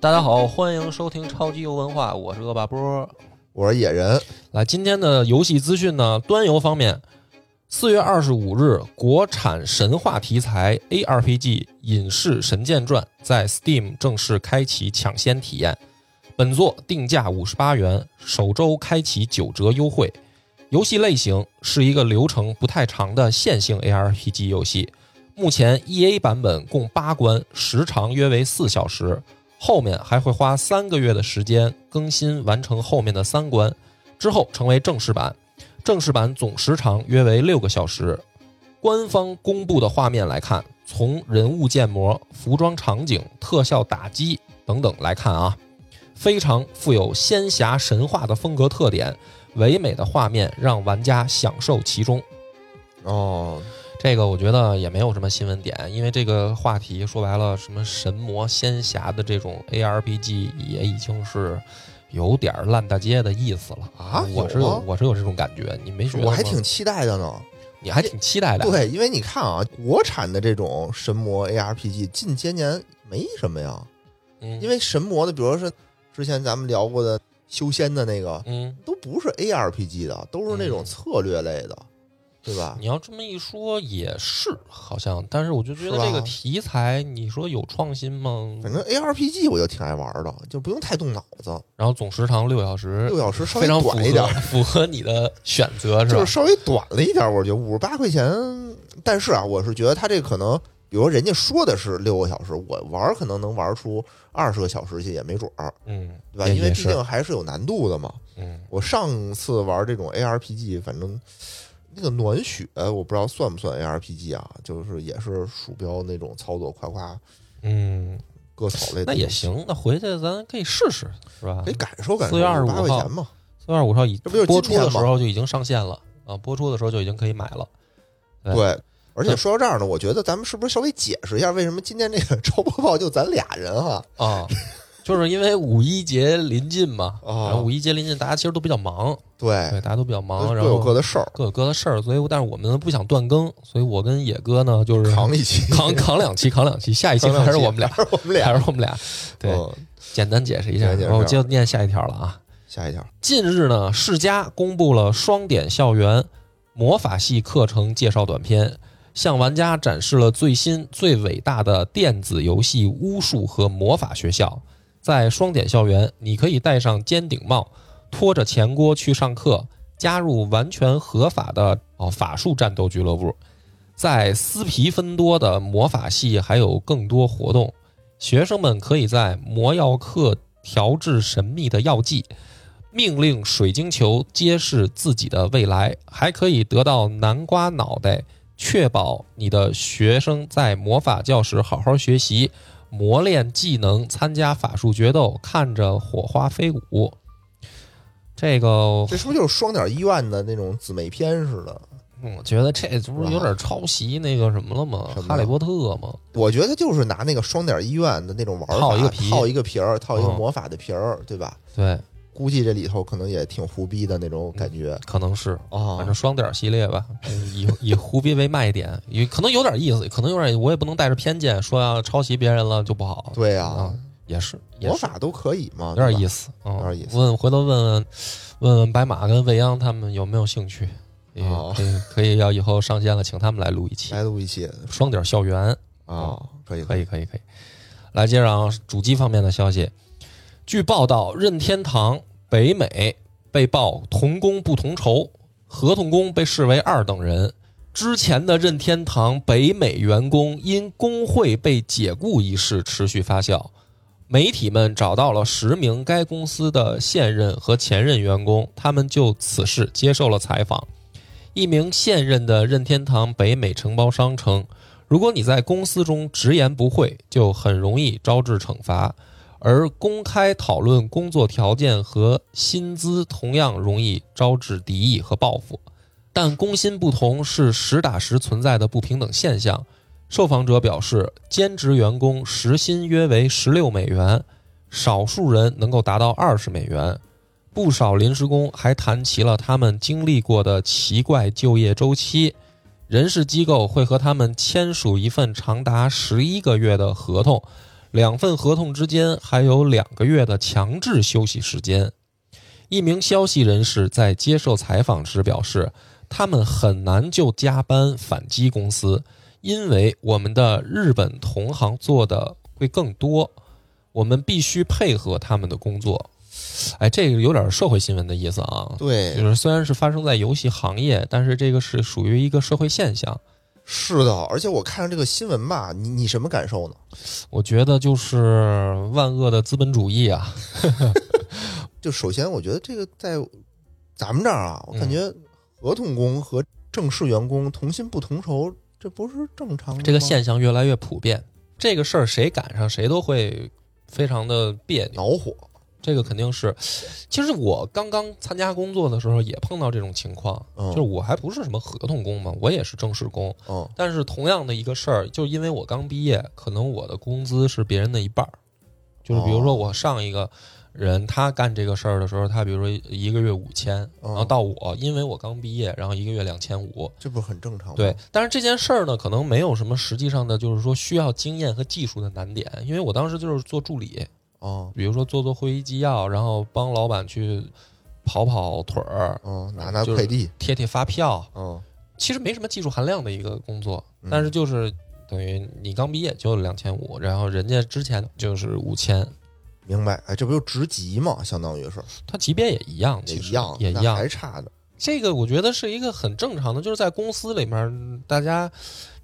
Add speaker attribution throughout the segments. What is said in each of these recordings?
Speaker 1: 大家好，欢迎收听超级游文化，我是恶霸波。
Speaker 2: 我是野人，
Speaker 1: 来，今天的游戏资讯呢，端游方面，四月二十五日，国产神话题材 ARPG《隐世神剑传》在 Steam 正式开启抢先体验，本作定价五十八元，首周开启九折优惠。游戏类型是一个流程不太长的线性 ARPG 游戏，目前 EA 版本共八关，时长约为四小时。后面还会花三个月的时间更新完成后面的三关，之后成为正式版。正式版总时长约为六个小时。官方公布的画面来看，从人物建模、服装场景、特效打击等等来看啊，非常富有仙侠神话的风格特点，唯美的画面让玩家享受其中。
Speaker 2: 哦，
Speaker 1: 这个我觉得也没有什么新闻点，因为这个话题说白了，什么神魔仙侠的这种 ARPG 也已经是有点烂大街的意思了
Speaker 2: 啊
Speaker 1: 我是
Speaker 2: 有
Speaker 1: 有
Speaker 2: 吗
Speaker 1: 我是有这种感觉，你没觉得吗？
Speaker 2: 我还挺期待的呢。
Speaker 1: 你还挺期待的，
Speaker 2: 对，因为你看啊，国产的这种神魔 ARPG 近些年没什么呀，
Speaker 1: 嗯，
Speaker 2: 因
Speaker 1: 为
Speaker 2: 为神魔的，比如说之前咱们聊过的修仙的那个，
Speaker 1: 嗯，
Speaker 2: 都不是 ARPG 的，都是那种
Speaker 1: 嗯
Speaker 2: 策略类的，对吧？
Speaker 1: 你要这么一说也是，好像，但是我就觉得
Speaker 2: 是吧
Speaker 1: 这个题材，你说有创新吗？
Speaker 2: 反正 ARPG 我就挺爱玩的，就不用太动脑子，
Speaker 1: 然后总时长六小时，
Speaker 2: 六小时稍微
Speaker 1: 非常符
Speaker 2: 短一点
Speaker 1: 合， 符合你的选择是吧？
Speaker 2: 就是稍微短了一点，我觉得五十八块钱。但是啊，我是觉得他这可能，比如说人家说的是六个小时，我玩儿可能能玩出二十个小时去，也没准儿，
Speaker 1: 嗯，
Speaker 2: 对吧？
Speaker 1: 也
Speaker 2: 因为
Speaker 1: 也
Speaker 2: 毕
Speaker 1: 是，
Speaker 2: 竟还是有难度的嘛。
Speaker 1: 嗯，
Speaker 2: 我上次玩这种 ARPG，反正那个暖雪，我不知道算不算 ARPG 啊，就是也是鼠标那种操作，夸夸
Speaker 1: 嗯，
Speaker 2: 割草类的，
Speaker 1: 那也，行，那回去咱可以试试，是吧
Speaker 2: 可以？感受感受。
Speaker 1: 4月25
Speaker 2: 八块
Speaker 1: 号
Speaker 2: 钱嘛，
Speaker 1: 四月二十五号已
Speaker 2: 这不就是
Speaker 1: 播
Speaker 2: 今
Speaker 1: 出的
Speaker 2: 天
Speaker 1: 时
Speaker 2: 吗
Speaker 1: 候就已经上线了啊，播出的时候就已经可以买了。对
Speaker 2: 对。而且说到这儿呢，我觉得咱们是不是稍微解释一下，为什么今天这个 超播报就咱俩人哈、
Speaker 1: 啊，就是因为五一节临近嘛，
Speaker 2: 哦
Speaker 1: 然后五一节临近，大家其实都比较忙，
Speaker 2: 对
Speaker 1: 对，大家都比较
Speaker 2: 都
Speaker 1: 忙，
Speaker 2: 各
Speaker 1: 然
Speaker 2: 有
Speaker 1: 后
Speaker 2: 各的事儿，
Speaker 1: 各有各的事儿，所以但是我们不想断更，所以我跟野哥呢就是
Speaker 2: 扛一起，
Speaker 1: 扛扛两期，扛两期，下一期
Speaker 2: 扛两
Speaker 1: 还是
Speaker 2: 期
Speaker 1: 我们俩，，
Speaker 2: 还是我们俩。
Speaker 1: 还是我们俩，对，
Speaker 2: 嗯
Speaker 1: 简单解释一下，
Speaker 2: 简单解释
Speaker 1: 然后我接着念下一条了啊。
Speaker 2: 下一条，
Speaker 1: 近日呢，世嘉公布了双点校园魔法系课程介绍短片，向玩家展示了最新最伟大的电子游戏巫术和魔法学校。在双点校园，你可以戴上尖顶帽，拖着钱锅去上课，加入完全合法的哦法术战斗俱乐部。在斯皮芬多的魔法系还有更多活动，学生们可以在魔药课调制神秘的药剂，命令水晶球揭示自己的未来，还可以得到南瓜脑袋，确保你的学生在魔法教室好好学习，磨练技能，参加法术决斗，看着火花飞舞。这个，
Speaker 2: 这是不是就是双点医院的那种姊妹篇似的？
Speaker 1: 嗯我觉得这这不是有点抄袭那个什么了吗？
Speaker 2: 什么呀
Speaker 1: 哈利波特吗？
Speaker 2: 我觉得就是拿那个双点医院的那种玩法，
Speaker 1: 套
Speaker 2: 套
Speaker 1: 一个皮
Speaker 2: 一个皮儿，套一个
Speaker 1: 嗯
Speaker 2: 魔法的皮儿，对吧？
Speaker 1: 对，
Speaker 2: 估计这里头可能也挺胡逼的那种感觉
Speaker 1: 可能是，
Speaker 2: 啊
Speaker 1: 嗯反正双点儿系列吧，
Speaker 2: 嗯
Speaker 1: 以以胡逼为卖点，也可能有点意思，可能有点，我也不能带着偏见说要抄袭别人了就不好。
Speaker 2: 哦对呀、
Speaker 1: 啊，也是，也
Speaker 2: 魔
Speaker 1: 是
Speaker 2: 法都可以嘛，
Speaker 1: 有点意
Speaker 2: 思。
Speaker 1: 思，嗯，
Speaker 2: 有点意思
Speaker 1: 问回头问问问问白马跟未央他们有没有兴趣？也
Speaker 2: 哦哎
Speaker 1: 可以可以要以后上线了，请他们来录一期
Speaker 2: 来录一期
Speaker 1: 双点儿校园。
Speaker 2: 啊，可以
Speaker 1: 嗯可
Speaker 2: 以，
Speaker 1: 以，可以，可以。来，接着啊，主机方面的消息。据报道，任天堂北美被曝同工不同酬，合同工被视为二等人。之前的任天堂北美员工因工会被解雇一事持续发酵，媒体们找到了十名该公司的现任和前任员工，他们就此事接受了采访。一名现任的任天堂北美承包商称，如果你在公司中直言不讳，就很容易招致惩罚；而公开讨论工作条件和薪资，同样容易招致敌意和报复。但工薪不同是实打实存在的不平等现象。受访者表示，兼职员工时薪约为十六美元，少数人能够达到二十美元。不少临时工还谈及了他们经历过的奇怪就业周期，人事机构会和他们签署一份长达十一个月的合同，两份合同之间还有两个月的强制休息时间。一名消息人士在接受采访时表示，他们很难就加班反击公司，因为我们的日本同行做的会更多，我们必须配合他们的工作。哎，这个有点社会新闻的意思啊。就
Speaker 2: 对，
Speaker 1: 是虽然是发生在游戏行业，但是这个是属于一个社会现象。
Speaker 2: 是的，而且我看上这个新闻吧，你你什么感受呢？
Speaker 1: 我觉得就是万恶的资本主义啊，
Speaker 2: 就首先，我觉得这个在咱们这儿啊，我
Speaker 1: 嗯
Speaker 2: 感觉合同工和正式员工同薪不同酬，这不是正嗯常的吗
Speaker 1: 这个现象越来越普遍。这个事儿谁赶上谁都会非常的别扭，
Speaker 2: 恼火。
Speaker 1: 这个肯定是。其实我刚刚参加工作的时候也碰到这种情况，
Speaker 2: 嗯
Speaker 1: 就是我还不是什么合同工嘛，我也是正式工，
Speaker 2: 嗯，
Speaker 1: 但是同样的一个事儿，就是因为我刚毕业，可能我的工资是别人的一半儿。就是比如说我上一个人他干这个事儿的时候，他比如说一个月五千，然后到我，因为我刚毕业，然后一个月两千五。
Speaker 2: 这不是很正常吗？
Speaker 1: 对，但是这件事儿呢，可能没有什么实际上的，就是说需要经验和技术的难点，因为我当时就是做助理，
Speaker 2: 哦，
Speaker 1: 比如说做做会议纪要，然后帮老板去跑跑腿儿、
Speaker 2: 嗯，拿拿
Speaker 1: 就是
Speaker 2: 快递，
Speaker 1: 贴贴发票，
Speaker 2: 嗯，
Speaker 1: 其实没什么技术含量的一个工作，
Speaker 2: 嗯
Speaker 1: 但是就是等于你刚毕业就两千五，然后人家之前就是五千，
Speaker 2: 明白。哎，这不就职级嘛，相当于是
Speaker 1: 他级别也一样，
Speaker 2: 也
Speaker 1: 其
Speaker 2: 一
Speaker 1: 实
Speaker 2: 样，
Speaker 1: 也一
Speaker 2: 那
Speaker 1: 样
Speaker 2: 还。差的。
Speaker 1: 这个我觉得是一个很正常的，就是在公司里面，大家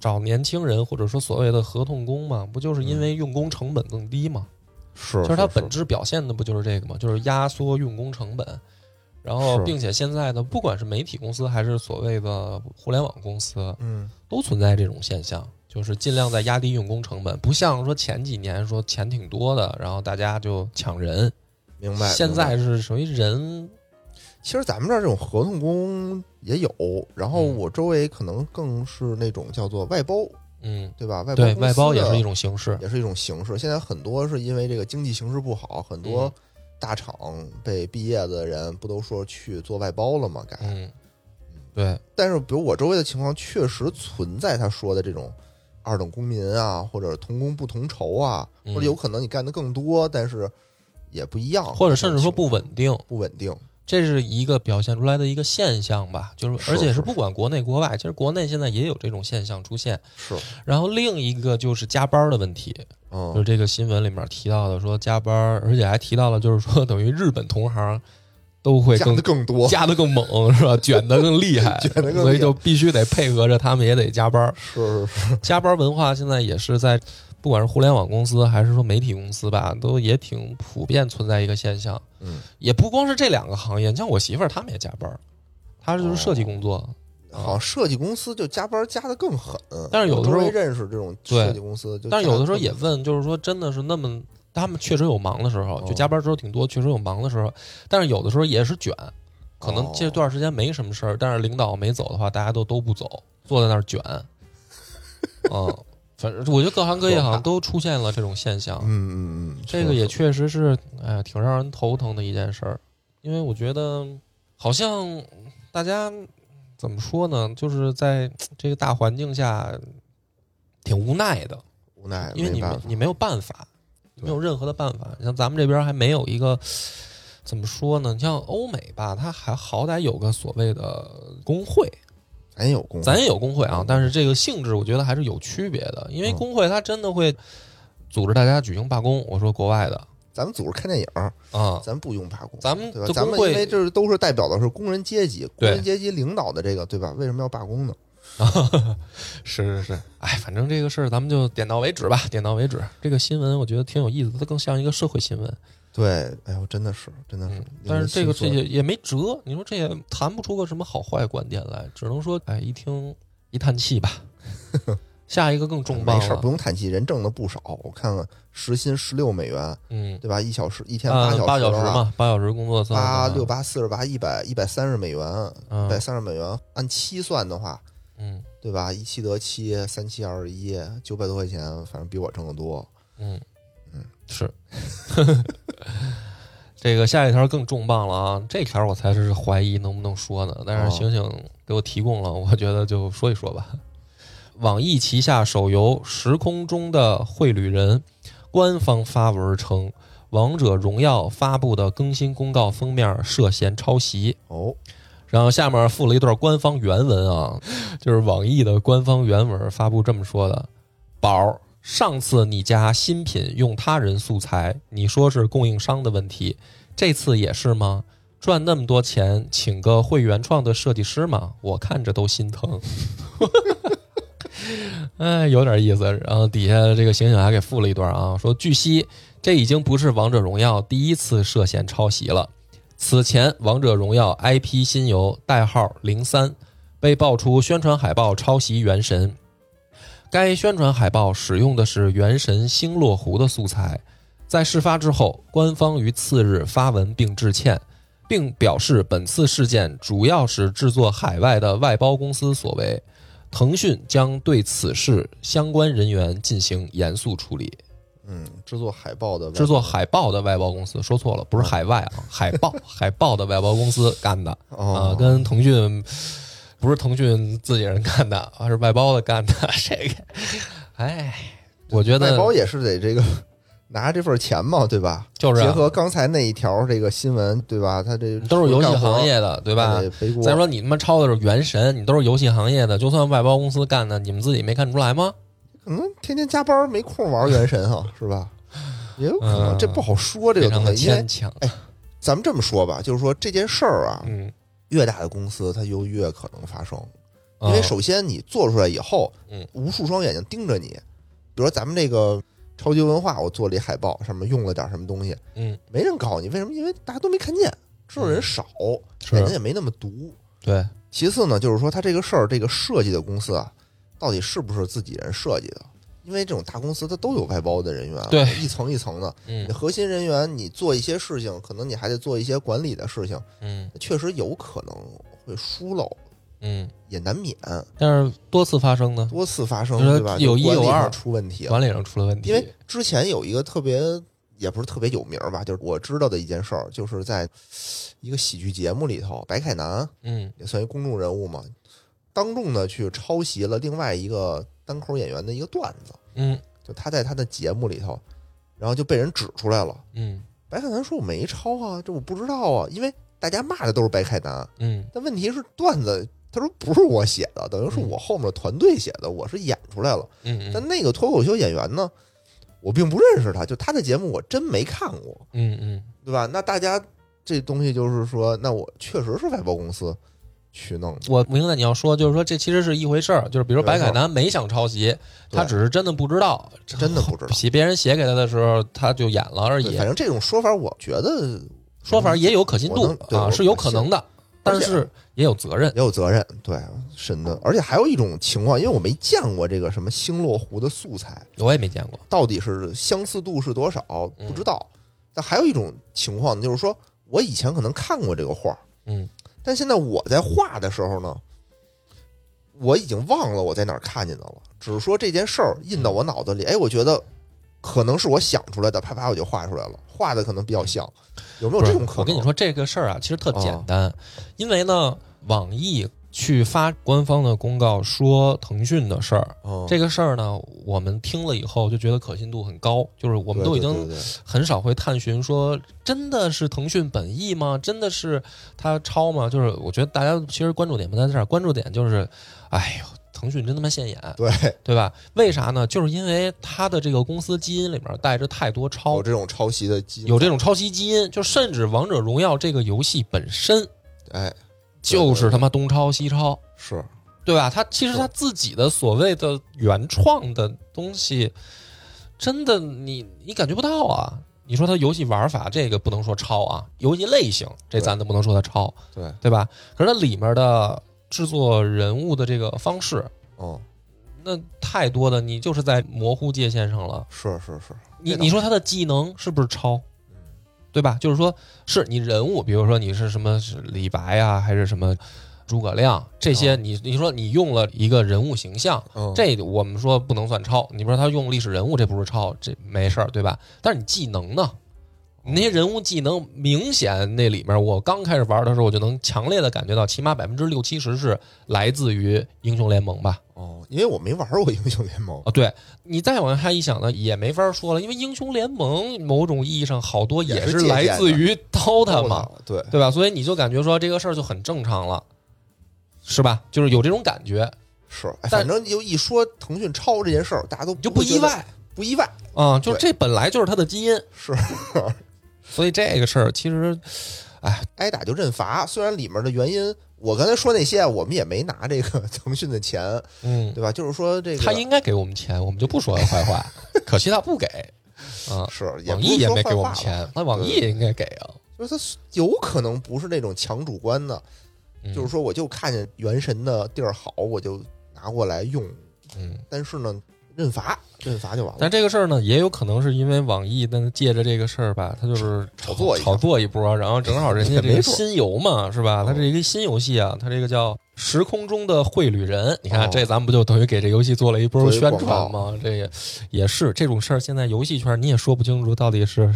Speaker 1: 找年轻人或者说所谓的合同工嘛，不就是因为用工成本更低嘛？
Speaker 2: 嗯是，
Speaker 1: 就是它本质表现的不就是这个吗？就是压缩用工成本，然后
Speaker 2: 是
Speaker 1: 并且现在的不管是媒体公司还是所谓的互联网公司，
Speaker 2: 嗯，
Speaker 1: 都存在这种现象，就是尽量在压低用工成本，不像说前几年说钱挺多的，然后大家就抢人。
Speaker 2: 明白。
Speaker 1: 现
Speaker 2: 明
Speaker 1: 在
Speaker 2: 白
Speaker 1: 是属于人，
Speaker 2: 其实咱们这儿这种合同工也有，然后
Speaker 1: 嗯
Speaker 2: 我周围可能更是那种叫做外包，
Speaker 1: 嗯，
Speaker 2: 对吧？外包
Speaker 1: 对
Speaker 2: 公
Speaker 1: 外包
Speaker 2: 司
Speaker 1: 也
Speaker 2: 的
Speaker 1: 是一种形式。
Speaker 2: 也是一种形式。现在很多是因为这个经济形势不好，很多
Speaker 1: 嗯
Speaker 2: 大厂被毕业的人不都说去做外包了吗？改，
Speaker 1: 嗯，对，
Speaker 2: 但是比如我周围的情况确实存在他说的这种二等公民啊，或者同工不同酬啊，
Speaker 1: 嗯
Speaker 2: 或者有可能你干的更多，但是也不一样，
Speaker 1: 或者甚至说不稳定，
Speaker 2: 不稳定。
Speaker 1: 这是一个表现出来的一个现象吧。就是
Speaker 2: 是
Speaker 1: 而且是
Speaker 2: 是
Speaker 1: 不管国内国外，其实国内现在也有这种现象出现。
Speaker 2: 是，
Speaker 1: 然后另一个就是加班的问题，就是
Speaker 2: 嗯，
Speaker 1: 这个新闻里面提到的说加班，而且还提到了就是说等于日本同行都会
Speaker 2: 加
Speaker 1: 更
Speaker 2: 的更多，
Speaker 1: 加的更猛是吧？卷的更厉害，
Speaker 2: 卷得更厉害
Speaker 1: 所以就必须得配合着他们也得加 班儿。
Speaker 2: 是是是，
Speaker 1: 加班文化现在也是在，不管是互联网公司还是说媒体公司吧，都也挺普遍存在一个现象。
Speaker 2: 嗯，
Speaker 1: 也不光是这两个行业，你像我媳妇儿他们也加班儿，她
Speaker 2: 哦
Speaker 1: 就是设计工作，
Speaker 2: 好像设计公司就加班加的更狠。
Speaker 1: 但是有的时候
Speaker 2: 我周围认识这种
Speaker 1: 对
Speaker 2: 设计公司就加
Speaker 1: 但
Speaker 2: 得更狠，
Speaker 1: 是有的时候也问，就是说真的是那么。他们确实有忙的时候，就
Speaker 2: 哦
Speaker 1: 加班时候挺多，确实有忙的时候，但是有的时候也是卷，可能
Speaker 2: 哦
Speaker 1: 这段时间没什么事儿，但是领导没走的话，大家都都不走，坐在那儿 卷。嗯，反正我觉得各行各业好像都出现了这种现象，
Speaker 2: 嗯，嗯嗯嗯，
Speaker 1: 啊这个
Speaker 2: 是
Speaker 1: 也
Speaker 2: 是
Speaker 1: 确实是，哎呀，挺让人头疼的一件事儿。因为我觉得，好像大家怎么说呢，就是在这个大环境下，挺无奈的。
Speaker 2: 无奈，
Speaker 1: 因为你
Speaker 2: 没
Speaker 1: 没
Speaker 2: 办法
Speaker 1: 你没有办法，
Speaker 2: 对
Speaker 1: 没有任何的办法。像咱们这边还没有一个怎么说呢？像欧美吧，它还好歹有个所谓的工会，
Speaker 2: 咱也有工，
Speaker 1: 咱也有工会啊，但是这个性质我觉得还是有区别的，因为
Speaker 2: 嗯
Speaker 1: 工会它真的会组织大家举行罢工。我说国外的
Speaker 2: 咱们组织看电影儿，
Speaker 1: 啊，
Speaker 2: 咱不用罢工，
Speaker 1: 咱们
Speaker 2: 对吧
Speaker 1: 的？
Speaker 2: 咱
Speaker 1: 工
Speaker 2: 们因为
Speaker 1: 会
Speaker 2: 这是都是代表的是工人阶级，工
Speaker 1: 对
Speaker 2: 人阶级领导的这个，对吧？为什么要罢工呢？
Speaker 1: 是是是，哎，反正这个事儿咱们就点到为止吧，点到为止。这个新闻我觉得挺有意思的，它更像一个社会新闻。
Speaker 2: 对，哎呦，真的是，真的是
Speaker 1: 嗯。，
Speaker 2: 令
Speaker 1: 但
Speaker 2: 人
Speaker 1: 是这个这
Speaker 2: 心哎
Speaker 1: 也也没辙，你说这也谈不出个什么好坏观点来，只能说哎，一听一叹气 吧。下一个更
Speaker 2: 酸
Speaker 1: 重磅啊
Speaker 2: 没事儿，不
Speaker 1: 了，
Speaker 2: 用叹气，人挣的不少。我看看，时薪十六美元，
Speaker 1: 嗯，
Speaker 2: 对吧？一小时一天
Speaker 1: 啊，
Speaker 2: 小
Speaker 1: 八
Speaker 2: 时
Speaker 1: 小时
Speaker 2: 啊，
Speaker 1: 嘛，八小时工作算
Speaker 2: 八
Speaker 1: 算
Speaker 2: 六，八四十八，一百一百三十美元，一百
Speaker 1: 啊嗯
Speaker 2: 三十美元按七算的话，
Speaker 1: 嗯
Speaker 2: 对吧？一七得七，三七二十一，九百多块钱，反正比我挣的多。
Speaker 1: 嗯
Speaker 2: 嗯，
Speaker 1: 是。 这个下一条更重磅了啊！这条我才是怀疑能不能说呢，但
Speaker 2: 哦
Speaker 1: 是醒醒给我提供了，我觉得就说一说吧。网易旗下手游《时空中的绘旅人》官方发文称，《王者荣耀》发布的更新公告封面涉嫌抄袭。
Speaker 2: 哦，
Speaker 1: 然后下面附了一段官方原文啊，就是网易的官方原文发布这么说的：“宝儿，上次你家新品用他人素材，你说是供应商的问题，这次也是吗？赚那么多钱，请个会原创的设计师嘛，我看着都心疼。”哎，有点意思。然后底下这个醒醒还给附了一段啊，说据悉，这已经不是《王者荣耀》第一次涉嫌抄袭了。此前，《王者荣耀》IP 新游代号零三被爆出宣传海报抄袭《原神》，该宣传海报使用的是《原神》星落湖的素材。在事发之后，官方于次日发文并致歉，并表示本次事件主要是制作海外的外包公司所为，腾讯将对此事相关人员进行严肃处理。
Speaker 2: 嗯，制作海报的
Speaker 1: 制作海报的外包公司，说错了，不是海外啊，海报海报的外包公司干的啊、
Speaker 2: 哦，
Speaker 1: 跟腾讯不是腾讯自己人干的，而是外包的干的。 这个，哎，我觉
Speaker 2: 外
Speaker 1: 得
Speaker 2: 包也是得这个拿这份钱嘛，对吧？
Speaker 1: 就是啊
Speaker 2: 结合刚才那一条这个新闻，对吧？他这
Speaker 1: 都是游戏行业的，对
Speaker 2: 对
Speaker 1: 吧？？
Speaker 2: 背哎锅
Speaker 1: 再说你他妈抄的是《原神》，你都是游戏行业的，就算外包公司干的，你们自己没看出来吗？
Speaker 2: 可能天天加班没空玩原神啊，是吧？也有可能，
Speaker 1: 嗯
Speaker 2: 这不好说这
Speaker 1: 非
Speaker 2: 个
Speaker 1: 常
Speaker 2: 东
Speaker 1: 的
Speaker 2: 西。因为哎
Speaker 1: 牵强。
Speaker 2: 咱们这么说吧，就是说这件事儿啊，
Speaker 1: 嗯，
Speaker 2: 越大的公司它就越可能发生，
Speaker 1: 啊
Speaker 2: 因为首先你做出来以后，
Speaker 1: 嗯，
Speaker 2: 无数双眼睛盯着你。比如说咱们这个超级文化，我做了一海报，上面用了点什么东西，
Speaker 1: 嗯
Speaker 2: 没人告你，为什么？因为大家都没看见，知道人少，
Speaker 1: 是
Speaker 2: 眼睛也没那么毒。
Speaker 1: 对，
Speaker 2: 其次呢，就是说他这个事儿，这个设计的公司啊，到底是不是自己人设计的？因为这种大公司它都有外包的人员，啊
Speaker 1: 对
Speaker 2: 一层一层的。
Speaker 1: 嗯
Speaker 2: 你核心人员，你做一些事情，可能你还得做一些管理的事情，
Speaker 1: 嗯
Speaker 2: 确实有可能会疏漏，
Speaker 1: 嗯，
Speaker 2: 也难免
Speaker 1: 但是多次发生呢，
Speaker 2: 多次发生，
Speaker 1: 就是
Speaker 2: 对吧？
Speaker 1: 有一
Speaker 2: 管理
Speaker 1: 有二
Speaker 2: 上出问题了。
Speaker 1: 管理上出了问题，
Speaker 2: 因为之前有一个特别，也不是特别有名儿吧，就是我知道的一件事儿，就是在一个喜剧节目里头，白凯南
Speaker 1: 嗯
Speaker 2: 也算一公众人物嘛，当众的去抄袭了另外一个单口演员的一个段子，
Speaker 1: 嗯
Speaker 2: 就他在他的节目里头，然后就被人指出来了。
Speaker 1: 嗯
Speaker 2: 白凯南说：“我没抄啊，这我不知道啊，因为大家骂的都是白凯南，
Speaker 1: 嗯
Speaker 2: 但问题是段子。”他说不是我写的，等于是我后面的团队写的，我是演出来了。
Speaker 1: 嗯
Speaker 2: 但那个脱口秀演员呢，我并不认识他，就他的节目我真没看过，
Speaker 1: 嗯嗯
Speaker 2: 对吧？那大家这东西就是说，那我确实是外包公司去弄的，
Speaker 1: 我明白你要说，就是说这其实是一回事儿，就是比如
Speaker 2: 没错
Speaker 1: 白凯南没想抄袭，他只是真的不知道，
Speaker 2: 真的不知道。
Speaker 1: 写别人写给他的时候他就演了而
Speaker 2: 对
Speaker 1: 已
Speaker 2: 反，正这种说法，我觉得嗯
Speaker 1: 说法也有可信
Speaker 2: 我
Speaker 1: 度
Speaker 2: 能对
Speaker 1: 啊，
Speaker 2: 我
Speaker 1: 是有可能的，但
Speaker 2: 而且
Speaker 1: 是也有责任。
Speaker 2: 也有责任，对，审的。而且还有一种情况，因为我没见过这个什么星落湖的素材，
Speaker 1: 我也没见过，
Speaker 2: 到底是相似度是多少，
Speaker 1: 嗯
Speaker 2: 不知道。但还有一种情况，就是说我以前可能看过这个画，
Speaker 1: 嗯，
Speaker 2: 但现在我在画的时候呢，我已经忘了我在哪儿看见的了，只是说这件事儿印到我脑子里，哎，我觉得可能是我想出来的，啪啪我就画出来了，画的可能比较像，有没有
Speaker 1: 嗯不
Speaker 2: 这
Speaker 1: 是
Speaker 2: 种可能？哦
Speaker 1: 我跟你，说这个事儿啊，其实特简单，因为呢，网易去发官方的公告说腾讯的事儿，
Speaker 2: 嗯、
Speaker 1: 这个事儿呢，我们听了以后就觉得可信度很高，就是我
Speaker 2: 我
Speaker 1: 们都已经
Speaker 2: 对对对
Speaker 1: 很少会探寻说真的是腾讯本意吗？真的是他抄吗？就是我觉得大家其实关注点不在这儿，关注点就是，哎呦，腾讯真他妈现眼，
Speaker 2: 对
Speaker 1: 对吧？为啥呢？就是因为他的这个公司基因里面带着太多抄
Speaker 2: 有，哦这种抄袭的基因，
Speaker 1: 有这种抄袭基因，就甚至《王者荣耀》这个游戏本身
Speaker 2: 哎
Speaker 1: 就是他妈东抄西抄，
Speaker 2: 是
Speaker 1: 对吧？他其实他自己的所谓的原创的东西，真的你你感觉不到啊。你说他游戏玩法这个不能说抄啊，游戏类型这咱都不能说他抄，
Speaker 2: 对，
Speaker 1: 对吧？可是它里面的制作人物的这个方式，
Speaker 2: 嗯
Speaker 1: 那太多的你就是在模糊界限上了。
Speaker 2: 是是是，
Speaker 1: 你
Speaker 2: 对的
Speaker 1: 你说他的技能是不是抄？对吧？就是说，是你人物，比如说你是什么是李白呀、还是什么诸葛亮这些
Speaker 2: 哦
Speaker 1: 你，你说你用了一个人物形象，
Speaker 2: 嗯
Speaker 1: 这我们说不能算抄。你说他用历史人物，这不是抄，这没事儿，对吧？但是你技能呢？那些人物技能明显那里面，我刚开始玩的时候，我就能强烈的感觉到，起码百分之六七十是来自于英雄联盟吧？
Speaker 2: 哦，因为我没玩过英雄联盟，
Speaker 1: 啊，对你再往下一想呢，也没法说了，因为英雄联盟某种意义上好多
Speaker 2: 也
Speaker 1: 是
Speaker 2: 是借鉴的
Speaker 1: 来自于 DOTA 嘛，
Speaker 2: 我打对，
Speaker 1: 对吧？所以你就感觉说这个事儿就很正常了，是吧？就是有这种感觉，
Speaker 2: 是，哎
Speaker 1: 但
Speaker 2: 反正就一说腾讯超这件事儿，大家都
Speaker 1: 你就不
Speaker 2: 会觉
Speaker 1: 意
Speaker 2: 得，
Speaker 1: 外
Speaker 2: 不意外，
Speaker 1: 啊、就是
Speaker 2: 对
Speaker 1: 这本来就是他的基因，
Speaker 2: 是
Speaker 1: 所以这个事儿其实
Speaker 2: 挨打就认罚。虽然里面的原因，我刚才说那些，我们也没拿这个 腾讯的钱，
Speaker 1: 嗯，
Speaker 2: 对吧？就是说这个
Speaker 1: 他应该给我们钱，我们就不说他坏 话，可惜他不给。啊、
Speaker 2: 是也
Speaker 1: 网
Speaker 2: 不
Speaker 1: 易
Speaker 2: 是
Speaker 1: 也
Speaker 2: 说
Speaker 1: 没给
Speaker 2: 坏
Speaker 1: 我
Speaker 2: 话
Speaker 1: 们
Speaker 2: 吧，
Speaker 1: 钱，那网易也应该给啊。
Speaker 2: 就是他有可能不是那种强主观的，
Speaker 1: 嗯
Speaker 2: 就是说我就看见原神的地儿好，我就拿过来用，
Speaker 1: 嗯，
Speaker 2: 但是呢，认罚认罚就完了。
Speaker 1: 但这个事儿呢，也有可能是因为网易，但借着这个事儿吧，他就是
Speaker 2: 炒作一下
Speaker 1: 炒作一波，然后正好人家这
Speaker 2: 也没
Speaker 1: 个
Speaker 2: 错
Speaker 1: 新游嘛，是吧？
Speaker 2: 嗯
Speaker 1: 它这一个新游戏啊，它这个叫《时空中的绘旅人》，你看
Speaker 2: 哦
Speaker 1: 这咱们不就等于给这游戏做了一波
Speaker 2: 做一
Speaker 1: 宣
Speaker 2: 广
Speaker 1: 传吗？这也也是这种事儿，现在游戏圈你也说不清楚到底是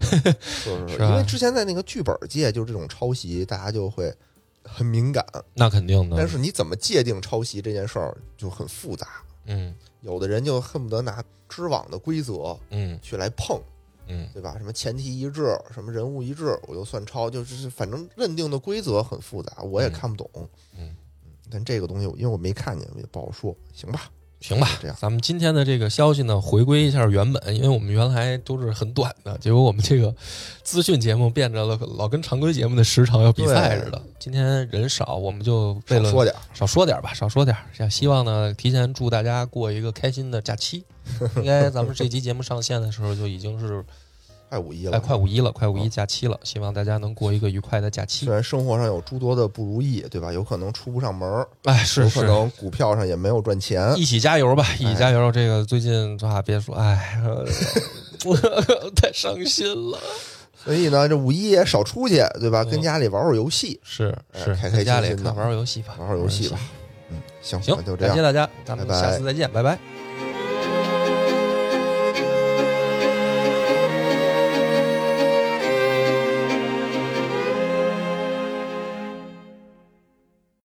Speaker 2: 是是
Speaker 1: 是
Speaker 2: 是，
Speaker 1: 吧
Speaker 2: 因为之前在那个剧本界，就是这种抄袭，大家就会很敏感。
Speaker 1: 那肯定的，
Speaker 2: 但是你怎么界定抄袭这件事儿就很复杂，
Speaker 1: 嗯
Speaker 2: 有的人就恨不得拿知网的规则
Speaker 1: 嗯
Speaker 2: 去来碰，
Speaker 1: 嗯，
Speaker 2: 对吧？什么前提一致，什么人物一致，我就算抄，就是反正认定的规则很复杂，我也看不懂。
Speaker 1: 嗯
Speaker 2: 但这个东西我因为我没看见，我也不好说，行吧？
Speaker 1: 行吧
Speaker 2: 就这样，
Speaker 1: 咱们今天的这个消息呢，回归一下原本，因为我们原来都是很短的，结果我们这个资讯节目变着了，老跟常规节目的时长要比赛似的。今天人少，我们就为
Speaker 2: 少
Speaker 1: 了
Speaker 2: 说点儿，
Speaker 1: 少说点吧，少说点。也希望呢，提前祝大家过一个开心的假 期。应该咱们这期节目上线的时候就已经是
Speaker 2: 快五一了，
Speaker 1: 哎快五一了，快五一假期了，希望大家能过一个愉快的假期
Speaker 2: 虽。然生活上有诸多的不如意，对吧？有可能出不上门儿，
Speaker 1: 哎，是
Speaker 2: 有可哎
Speaker 1: 是。
Speaker 2: 能股票上也没有赚钱，
Speaker 1: 一起加油吧！一起加油！这个最近啊，别说，哎，呃太伤心了。
Speaker 2: 所以呢，这五一也少出去，对吧？
Speaker 1: 嗯
Speaker 2: 跟家里玩会儿游戏，
Speaker 1: 是
Speaker 2: 哎
Speaker 1: 是，
Speaker 2: 开
Speaker 1: 在
Speaker 2: 开
Speaker 1: 家里
Speaker 2: 心心
Speaker 1: 看
Speaker 2: 的
Speaker 1: 玩玩游戏吧，
Speaker 2: 玩会儿游戏吧。嗯，行，
Speaker 1: 行
Speaker 2: 那就，这
Speaker 1: 感
Speaker 2: 样
Speaker 1: 谢。大家，咱们
Speaker 2: 拜拜
Speaker 1: 下次再见，拜拜。